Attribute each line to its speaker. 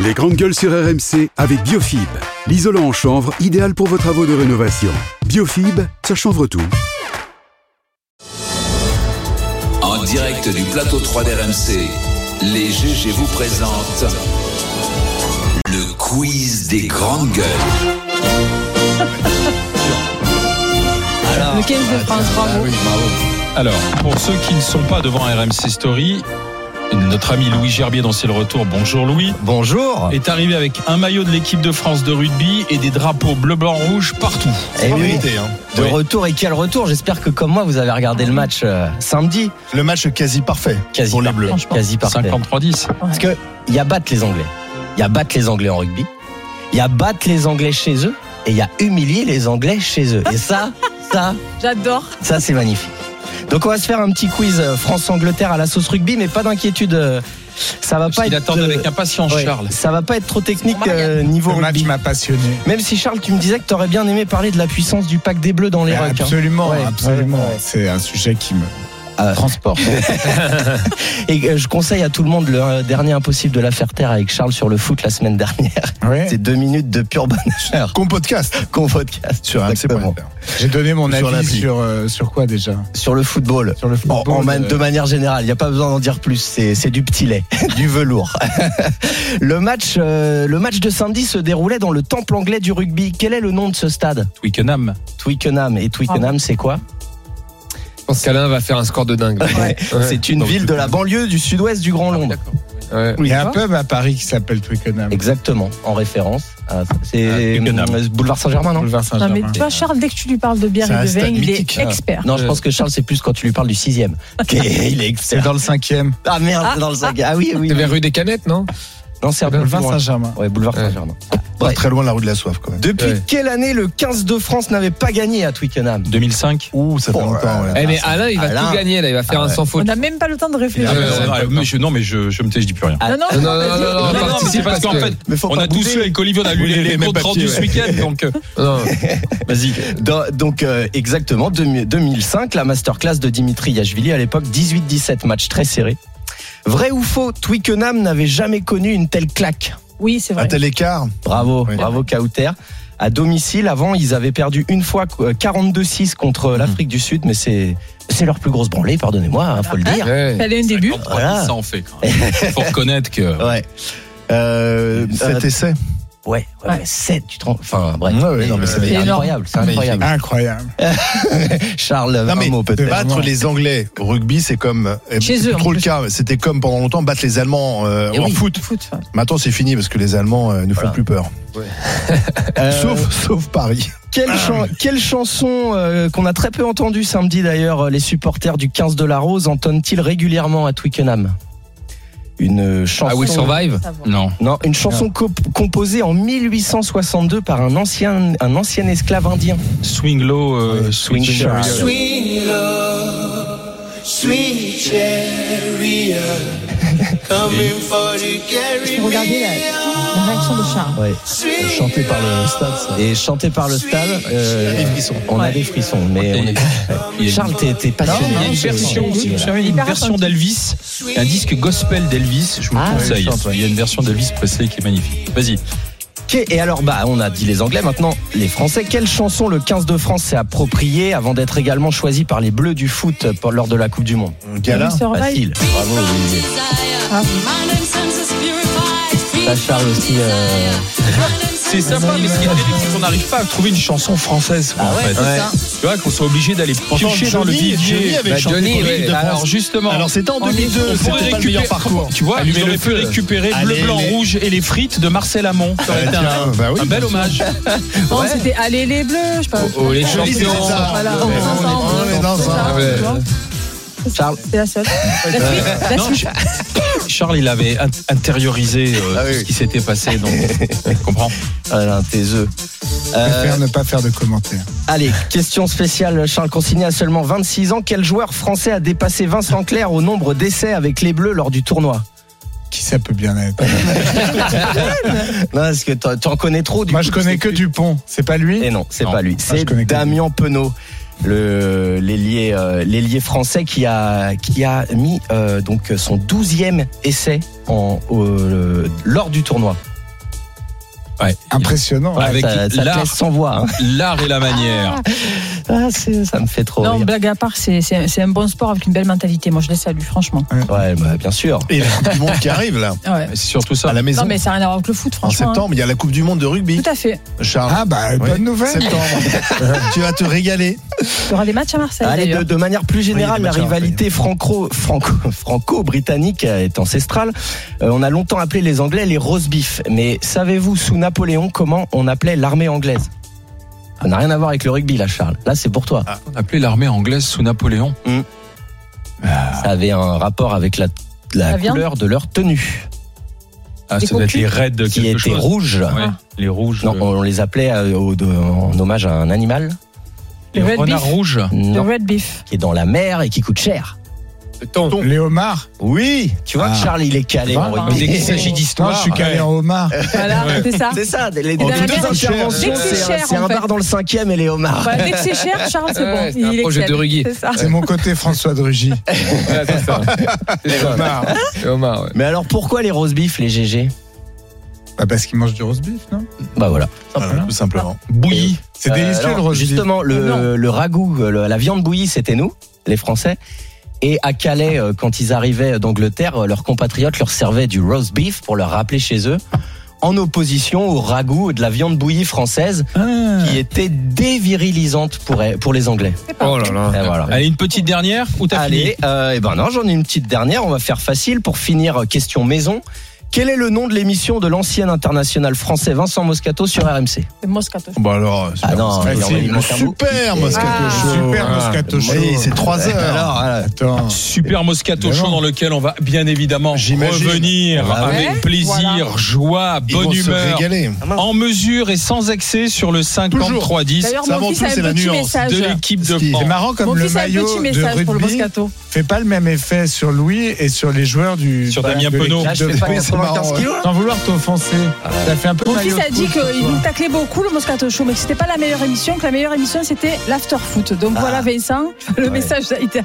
Speaker 1: Les grandes gueules sur RMC avec Biofib, l'isolant en chanvre idéal pour vos travaux de rénovation. Biofib, ça chanvre tout.
Speaker 2: En direct du plateau 3 d'RMC, les GG vous présentent le quiz des grandes gueules.
Speaker 3: Alors,
Speaker 4: Le 15 de France, bravo.
Speaker 3: alors, pour ceux qui ne sont pas devant RMC Story, notre ami Louis Gerbier dans C'est le retour, bonjour Louis,
Speaker 5: Bonjour.
Speaker 3: est arrivé avec un maillot de l'équipe de France de rugby et des drapeaux bleu, blanc, rouge partout.
Speaker 5: Eh
Speaker 3: la
Speaker 5: oui.
Speaker 3: vérité, hein.
Speaker 5: De
Speaker 3: Oui.
Speaker 5: retour et quel retour J'espère que comme moi vous avez regardé le match euh, samedi.
Speaker 6: Le match quasi parfait.
Speaker 5: Quasi
Speaker 6: Pour les
Speaker 5: parfait,
Speaker 6: Bleus.
Speaker 5: Quasi parfait.
Speaker 3: 53-10.
Speaker 5: Parce que il y a battre les Anglais. Il y a battre les Anglais en rugby. Il y a battre les Anglais chez eux et il y a humilier les Anglais chez eux. Et ça, ça,
Speaker 4: J'adore.
Speaker 5: ça c'est magnifique. Donc on va se faire un petit quiz euh, France-Angleterre à la sauce rugby, mais pas d'inquiétude. euh, Ça va pas
Speaker 3: Il
Speaker 5: être.
Speaker 3: attend
Speaker 5: euh,
Speaker 3: avec impatience
Speaker 5: ouais,
Speaker 3: Charles.
Speaker 5: Ça va pas être trop technique euh, niveau
Speaker 6: Le match
Speaker 5: rugby.
Speaker 6: m'a passionné.
Speaker 5: Même si Charles, tu me disais que t'aurais bien aimé parler de la puissance du pack des Bleus dans
Speaker 3: Bah,
Speaker 5: les rocks. hein.
Speaker 6: Absolument,
Speaker 5: Ouais,
Speaker 6: absolument.
Speaker 5: ouais, ouais.
Speaker 6: C'est un sujet qui me.
Speaker 5: Transport. et euh, je conseille à tout le monde le euh, dernier impossible de la faire taire avec Charles sur le foot la semaine dernière.
Speaker 6: Ouais.
Speaker 5: C'est deux minutes de pur bonheur
Speaker 6: Qu'on podcast
Speaker 5: qu'on podcast.
Speaker 7: hein,
Speaker 6: sur
Speaker 5: Exactement.
Speaker 6: RMC.fr. J'ai donné mon
Speaker 5: Sur
Speaker 6: avis
Speaker 5: l'appli.
Speaker 6: sur, euh, sur quoi déjà
Speaker 5: Sur le football.
Speaker 6: Sur le
Speaker 5: En-
Speaker 6: football.
Speaker 5: en man-
Speaker 6: euh,
Speaker 5: de manière générale, il n'y a pas besoin d'en dire plus. C'est c'est du petit lait, du velours. le, match, euh, le match de samedi se déroulait dans le temple anglais du rugby. Quel est le nom de ce stade
Speaker 3: Twickenham.
Speaker 5: Twickenham. Et Twickenham, c'est quoi
Speaker 8: Je pense qu'Alain va faire un score de dingue.
Speaker 5: Ouais. C'est une
Speaker 8: Donc,
Speaker 5: ville de la banlieue du sud-ouest du Grand Londres.
Speaker 8: ouais.
Speaker 6: Il y a un pub à Paris qui s'appelle Twickenham.
Speaker 5: Exactement, en référence. à- C'est
Speaker 3: Twickenham.
Speaker 5: euh, boulevard Saint-Germain, non
Speaker 6: Boulevard
Speaker 4: Non, mais
Speaker 6: Saint-Germain.
Speaker 4: tu vois, Charles, dès que tu lui parles de bière
Speaker 6: Ah, C'est un
Speaker 4: et de vin,
Speaker 6: stade
Speaker 4: il est
Speaker 6: mythique.
Speaker 4: expert.
Speaker 5: Non, je pense que Charles, c'est plus quand tu lui parles du sixième. Ok, Il est
Speaker 6: C'est
Speaker 5: excellent.
Speaker 6: dans le cinquième.
Speaker 5: Ah merde, c'est dans le cinquième. Ah oui, oui.
Speaker 8: C'est vers rue des Canettes, non
Speaker 5: Non, c'est un peu plus
Speaker 6: Boulevard
Speaker 5: loin.
Speaker 6: Saint-Germain.
Speaker 5: Ouais, boulevard
Speaker 8: Ouais.
Speaker 5: Saint-Germain.
Speaker 7: Pas
Speaker 5: Ouais.
Speaker 7: très loin de la rue de la soif quand même.
Speaker 5: Depuis
Speaker 8: Ouais.
Speaker 5: quelle année le 15 de France n'avait pas gagné à Twickenham
Speaker 3: 2005.
Speaker 6: Ouh, ça
Speaker 5: Oh,
Speaker 6: ouais.
Speaker 3: Ah,
Speaker 8: Eh, mais Alain, il va
Speaker 5: Alain.
Speaker 8: tout gagner, là. Il va faire
Speaker 5: Ah
Speaker 8: un
Speaker 5: ouais.
Speaker 8: sans
Speaker 4: On
Speaker 8: faute.
Speaker 4: n'a même pas le temps de réfléchir.
Speaker 8: Euh,
Speaker 3: Non,
Speaker 8: ouais,
Speaker 3: mais je, non, mais je, je me tais, je dis plus rien.
Speaker 5: Ah,
Speaker 4: Non, non,
Speaker 8: Non, non, non, non, non,
Speaker 3: Non, non, mais c'est
Speaker 8: participe
Speaker 3: parce
Speaker 8: parce
Speaker 3: qu'en
Speaker 8: que-
Speaker 3: fait,
Speaker 5: Mais faut
Speaker 3: on
Speaker 5: pas
Speaker 3: a tous
Speaker 5: bouger.
Speaker 3: eu avec Olivier, on a lu
Speaker 6: Oui,
Speaker 3: les,
Speaker 6: les
Speaker 3: les
Speaker 6: mêmes
Speaker 3: comptes rendus
Speaker 6: papiers,
Speaker 3: ce week-end, donc euh,
Speaker 8: Non,
Speaker 3: vas-y.
Speaker 5: Dans- donc euh, exactement 2000 2005, la masterclass de Dimitri Yachvili à l'époque 18-17 match très serré. Vrai ou faux, Twickenham n'avait jamais connu une telle claque.
Speaker 4: Oui, c'est
Speaker 7: Un
Speaker 4: vrai.
Speaker 7: tel écart,
Speaker 5: Bravo,
Speaker 7: Oui.
Speaker 5: bravo Kauter. À domicile, avant, ils avaient perdu une fois euh, 42-6 contre l'Afrique du Sud, mais c'est c'est leur plus grosse branlée, pardonnez-moi, hein, faut le dire.
Speaker 8: ouais.
Speaker 4: Fallait un début.
Speaker 3: 53,
Speaker 5: Voilà.
Speaker 3: Ça en fait. quand même. Faut reconnaître que.
Speaker 5: Ouais. Euh,
Speaker 7: cet
Speaker 5: euh,
Speaker 7: essai.
Speaker 5: ouais, ouais,
Speaker 4: Ouais.
Speaker 5: 7 tu te rends- Enfin, bref.
Speaker 6: Ouais, ouais, non, mais
Speaker 5: c'est
Speaker 6: c'est
Speaker 5: incroyable, c'est incroyable.
Speaker 6: incroyable.
Speaker 7: Eh,
Speaker 5: Charles,
Speaker 7: Non,
Speaker 5: un
Speaker 7: mais
Speaker 5: mot peut-être.
Speaker 7: battre
Speaker 6: Vraiment.
Speaker 7: les Anglais au rugby, c'est comme. euh,
Speaker 4: Chez
Speaker 7: c'est
Speaker 4: eux, en
Speaker 7: trop le
Speaker 4: plus. Eh
Speaker 7: cas. C'était comme pendant longtemps battre les Allemands euh,
Speaker 5: Et
Speaker 7: en
Speaker 5: oui.
Speaker 7: foot.
Speaker 4: Foot, ouais.
Speaker 7: Maintenant, c'est fini parce que les Allemands euh, ne font
Speaker 5: Voilà.
Speaker 7: plus peur.
Speaker 5: Euh,
Speaker 7: Sauf, sauf Paris.
Speaker 5: Quelle, chan- quelle chanson euh, qu'on a très peu entendue samedi d'ailleurs, euh, les supporters du 15 de la Rose entonnent-ils régulièrement à Twickenham Une euh, chanson.
Speaker 8: I will Ah, survive.
Speaker 4: Ça va.
Speaker 3: Non.
Speaker 5: Non, une chanson comp- composée en 1862 par un ancien, un ancien esclave indien.
Speaker 3: Swing low, euh, swing,
Speaker 5: Swing
Speaker 3: sharp.
Speaker 4: Regardez la, la réaction de Charles.
Speaker 5: Ouais. Chanté par le stade. Et chanté par le stade. euh, On a des frissons. Mais on est-
Speaker 3: Il y a-
Speaker 5: Charles, t'es t'es
Speaker 3: Non,
Speaker 5: passionné.
Speaker 3: il y a une version,
Speaker 5: Voilà.
Speaker 3: je me souviens, il y a une
Speaker 4: Hyper
Speaker 3: version
Speaker 4: attentif.
Speaker 3: d'Elvis, un disque gospel d'Elvis, je vous
Speaker 5: Ah,
Speaker 3: conseille.
Speaker 5: oui, je chante,
Speaker 3: Il y a une version d'Elvis Presley qui est magnifique. Vas-y.
Speaker 5: Ok, et alors, bah, on a dit les Anglais, maintenant les Français. Quelle chanson le 15 de France s'est appropriée avant d'être également choisie par les Bleus du foot pour- lors de la Coupe du Monde
Speaker 7: Gala.
Speaker 4: Il se revaille.
Speaker 5: Facile. Bravo, oui.
Speaker 4: Ah.
Speaker 5: Ça, Bah, Charles aussi. euh,
Speaker 3: C'est sympa, mais ce qui est terrible, c'est qu'on n'arrive pas à trouver une chanson française. quoi, en fait. Tu vois, qu'on soit obligé d'aller piocher dans le
Speaker 7: Johnny- Johnny
Speaker 3: vivier.
Speaker 7: avait
Speaker 8: Bah,
Speaker 7: chanté
Speaker 8: Johnny,
Speaker 7: pour
Speaker 8: ouais.
Speaker 7: l'équipe de
Speaker 8: Alors,
Speaker 7: France.
Speaker 3: justement.
Speaker 7: Alors, c'était en 2002.
Speaker 3: on
Speaker 7: C'était
Speaker 3: pourrait
Speaker 7: pas le
Speaker 3: récupérer,
Speaker 7: meilleur parcours.
Speaker 3: tu vois,
Speaker 7: Allumez
Speaker 3: ils auraient
Speaker 7: le
Speaker 3: pu
Speaker 7: feu.
Speaker 3: récupérer
Speaker 7: Allez,
Speaker 3: bleu, blanc,
Speaker 7: les-
Speaker 3: rouge et les frites de Marcel Amont. Ça aurait été un,
Speaker 7: tiens, bah oui.
Speaker 3: un bel hommage.
Speaker 4: Oh, c'était Allez les Bleus, je sais pas.
Speaker 8: Oh, oh, les
Speaker 4: Voilà.
Speaker 8: champions.
Speaker 4: Voilà, on
Speaker 7: Ouais,
Speaker 4: est
Speaker 7: on
Speaker 4: ensemble,
Speaker 7: est- on est
Speaker 4: on est
Speaker 7: ensemble.
Speaker 4: ensemble,
Speaker 8: Ouais.
Speaker 4: tu vois.
Speaker 5: Charles.
Speaker 4: C'est la seule. La suite, la
Speaker 3: Non,
Speaker 4: suite.
Speaker 3: je- Charles, il avait int- intériorisé euh,
Speaker 7: Ah
Speaker 3: tout
Speaker 7: oui.
Speaker 3: ce qui s'était passé. Donc, tu comprends
Speaker 5: Alain, tes œufs. Euh,
Speaker 6: Préfère ne pas faire de commentaires.
Speaker 5: allez, question spéciale. Charles Consigny a seulement 26 ans. Quel joueur français a dépassé Vincent Clerc au nombre d'essais avec les Bleus lors du tournoi
Speaker 6: Qui ça peut bien être
Speaker 5: Non, parce que t'en- tu en connais trop du
Speaker 6: Moi,
Speaker 5: coup,
Speaker 6: je
Speaker 5: tu sais
Speaker 6: connais que Dupont. C'est pas lui
Speaker 5: Et non, c'est
Speaker 3: Non.
Speaker 5: pas lui.
Speaker 6: je
Speaker 5: C'est
Speaker 6: connais que lui.
Speaker 5: Damien Penaud, le l'ailier euh, l'ailier français qui a qui a mis euh, donc son 12e essai en au- euh, lors du tournoi.
Speaker 3: Ouais.
Speaker 6: Impressionnant.
Speaker 5: Ouais,
Speaker 3: Avec
Speaker 5: ça, ça te
Speaker 3: l'art.
Speaker 5: laisse sans voix. hein.
Speaker 3: L'art et la manière.
Speaker 5: Ah, c'est- ça me fait trop
Speaker 4: Non,
Speaker 5: rire.
Speaker 4: blague à part, c'est- c'est c'est un bon sport avec une belle mentalité. Moi, je les salue, franchement.
Speaker 5: Ouais, bah, bien sûr.
Speaker 7: Et la Coupe du Monde qui arrive là,
Speaker 4: Ouais.
Speaker 3: C'est surtout ça.
Speaker 7: à la maison.
Speaker 4: Non, mais ça n'a rien à voir avec le foot,
Speaker 7: En
Speaker 4: franchement.
Speaker 7: septembre, il y a la Coupe du Monde de
Speaker 4: hein.
Speaker 7: rugby.
Speaker 4: Tout à fait.
Speaker 7: Charles,
Speaker 6: Ah bah,
Speaker 7: Ouais.
Speaker 6: bonne nouvelle.
Speaker 7: tu vas te régaler.
Speaker 4: Il y aura des matchs à Marseille.
Speaker 5: Allez,
Speaker 4: Ah, d'ailleurs.
Speaker 5: de, de manière plus
Speaker 7: Oui, il
Speaker 5: générale,
Speaker 7: y
Speaker 5: la
Speaker 7: a des matchs à
Speaker 5: rivalité franco- franco- franco-britannique est ancestrale. Euh, on a longtemps appelé les Anglais les roast beef. Mais savez-vous, sous Napoléon, comment on appelait l'armée anglaise Ça n'a rien à voir avec le rugby, là, Charles. Là, c'est pour toi.
Speaker 3: On appelait l'armée anglaise sous Napoléon.
Speaker 5: Ça avait un rapport avec la, la
Speaker 4: La viande
Speaker 5: couleur de leur tenue,
Speaker 3: Ah,
Speaker 4: Les
Speaker 3: ça doit être
Speaker 4: cocus
Speaker 3: les raids de
Speaker 5: qui
Speaker 3: quelque
Speaker 5: était
Speaker 3: chose.
Speaker 5: rouge.
Speaker 3: Ouais,
Speaker 4: Ah.
Speaker 3: Les rouges.
Speaker 5: Non,
Speaker 3: euh,
Speaker 5: on les appelait euh, au- de- en hommage à un animal
Speaker 3: les
Speaker 4: Le red
Speaker 3: renards
Speaker 4: beef.
Speaker 3: rouges.
Speaker 4: Le
Speaker 5: non,
Speaker 4: red beef.
Speaker 5: qui est dans la mer et qui coûte cher.
Speaker 6: Les homards.
Speaker 5: Oui, tu vois,
Speaker 6: Ah.
Speaker 5: Charles, il est calé. en
Speaker 4: Voilà.
Speaker 5: rugby.
Speaker 4: Mais dès qu'il
Speaker 3: s'agit
Speaker 6: Non,
Speaker 3: d'histoire,
Speaker 6: je suis calé
Speaker 3: ouais.
Speaker 6: en homard.
Speaker 4: Voilà, c'est ça.
Speaker 5: C'est ça, les, les
Speaker 4: dans Ah. Eh ben, la
Speaker 5: deux
Speaker 4: mer, c'est cher.
Speaker 5: interventions,
Speaker 4: Dès que c'est
Speaker 5: c'est un-
Speaker 4: cher,
Speaker 5: c'est
Speaker 4: en
Speaker 5: un
Speaker 4: fait.
Speaker 5: bar dans le cinquième et les homards.
Speaker 4: Bah, dès que c'est cher, Charles, c'est
Speaker 8: Ouais,
Speaker 4: bon.
Speaker 8: c'est
Speaker 4: Il
Speaker 8: un
Speaker 4: est
Speaker 8: projet de rugby.
Speaker 4: C'est ça.
Speaker 6: C'est mon côté François de Rugy.
Speaker 8: Voilà, c'est ça. C'est ça.
Speaker 5: Bah,
Speaker 6: Homard.
Speaker 5: hein.
Speaker 8: C'est Omar, ouais.
Speaker 5: Mais alors pourquoi les roast beef, les GG
Speaker 6: Bah parce qu'il mange du roast beef, non
Speaker 5: Bah voilà.
Speaker 7: Voilà, tout simplement.
Speaker 6: Bouilli. C'est
Speaker 5: Euh,
Speaker 6: délicieux
Speaker 5: alors,
Speaker 6: le roast beef.
Speaker 5: Justement, le, le ragoût, le- la viande bouillie, c'était nous, les Français. Et à Calais, euh, quand ils arrivaient d'Angleterre, euh, leurs compatriotes leur servaient du roast beef pour leur rappeler chez eux. En opposition au ragoût de la viande bouillie française, qui était dévirilisante pour, pour les Anglais.
Speaker 8: Oh là là.
Speaker 5: Et
Speaker 4: Ah.
Speaker 5: voilà.
Speaker 3: Allez, une petite dernière ou t'as fini
Speaker 5: Allez, euh, eh ben non, j'en ai une petite dernière. On va faire facile pour finir. euh, Question maison. Quel est le nom de l'émission de l'ancien international français Vincent Moscato sur RMC
Speaker 4: C'est Moscato.
Speaker 6: Bah,
Speaker 7: Bon alors,
Speaker 5: Ah non,
Speaker 7: super,
Speaker 5: il en manque un bout.
Speaker 7: super Moscato
Speaker 4: Ah.
Speaker 7: Show.
Speaker 6: Super
Speaker 7: Ah.
Speaker 6: Moscato Show.
Speaker 7: Eh, c'est 3 heures.
Speaker 6: Ah, Attends.
Speaker 3: Super Moscato
Speaker 6: Mais
Speaker 3: Show
Speaker 6: non.
Speaker 3: dans lequel on va bien évidemment
Speaker 7: J'imagine.
Speaker 3: revenir
Speaker 7: Ah
Speaker 4: ouais.
Speaker 3: avec plaisir,
Speaker 4: Voilà.
Speaker 3: joie,
Speaker 7: Ils vont
Speaker 3: bonne
Speaker 7: se
Speaker 3: humeur,
Speaker 7: régaler.
Speaker 3: en mesure et sans excès sur le 53-10
Speaker 4: D'ailleurs,
Speaker 7: ça, avant
Speaker 4: mon fils
Speaker 7: tout,
Speaker 4: a un
Speaker 7: c'est la
Speaker 4: petit
Speaker 7: nuance.
Speaker 4: message.
Speaker 3: de l'équipe de
Speaker 7: Ski.
Speaker 6: C'est
Speaker 3: France.
Speaker 6: marrant
Speaker 4: Mon
Speaker 6: comme le
Speaker 4: fils a un
Speaker 6: maillot
Speaker 4: petit
Speaker 6: de
Speaker 4: message pour le
Speaker 6: rugby
Speaker 4: Moscato.
Speaker 6: fait pas le même effet sur Louis et sur les joueurs du.
Speaker 3: Sur
Speaker 6: bah,
Speaker 3: Damien
Speaker 6: de
Speaker 3: Penaud.
Speaker 6: l'équipe
Speaker 5: Là, je
Speaker 6: de
Speaker 5: fais pas
Speaker 6: France.
Speaker 5: 95 kilos.
Speaker 6: Sans vouloir t'offenser, ça fait un peu
Speaker 4: Mon
Speaker 6: maillot
Speaker 4: fils a
Speaker 6: de
Speaker 4: dit
Speaker 6: foot, quoi.
Speaker 4: qu'il nous taclait beaucoup le Moscato Show, mais que c'était pas la meilleure émission, que la meilleure émission c'était l'after foot. Donc
Speaker 5: Ah.
Speaker 4: voilà Vincent, le message d'Aïda.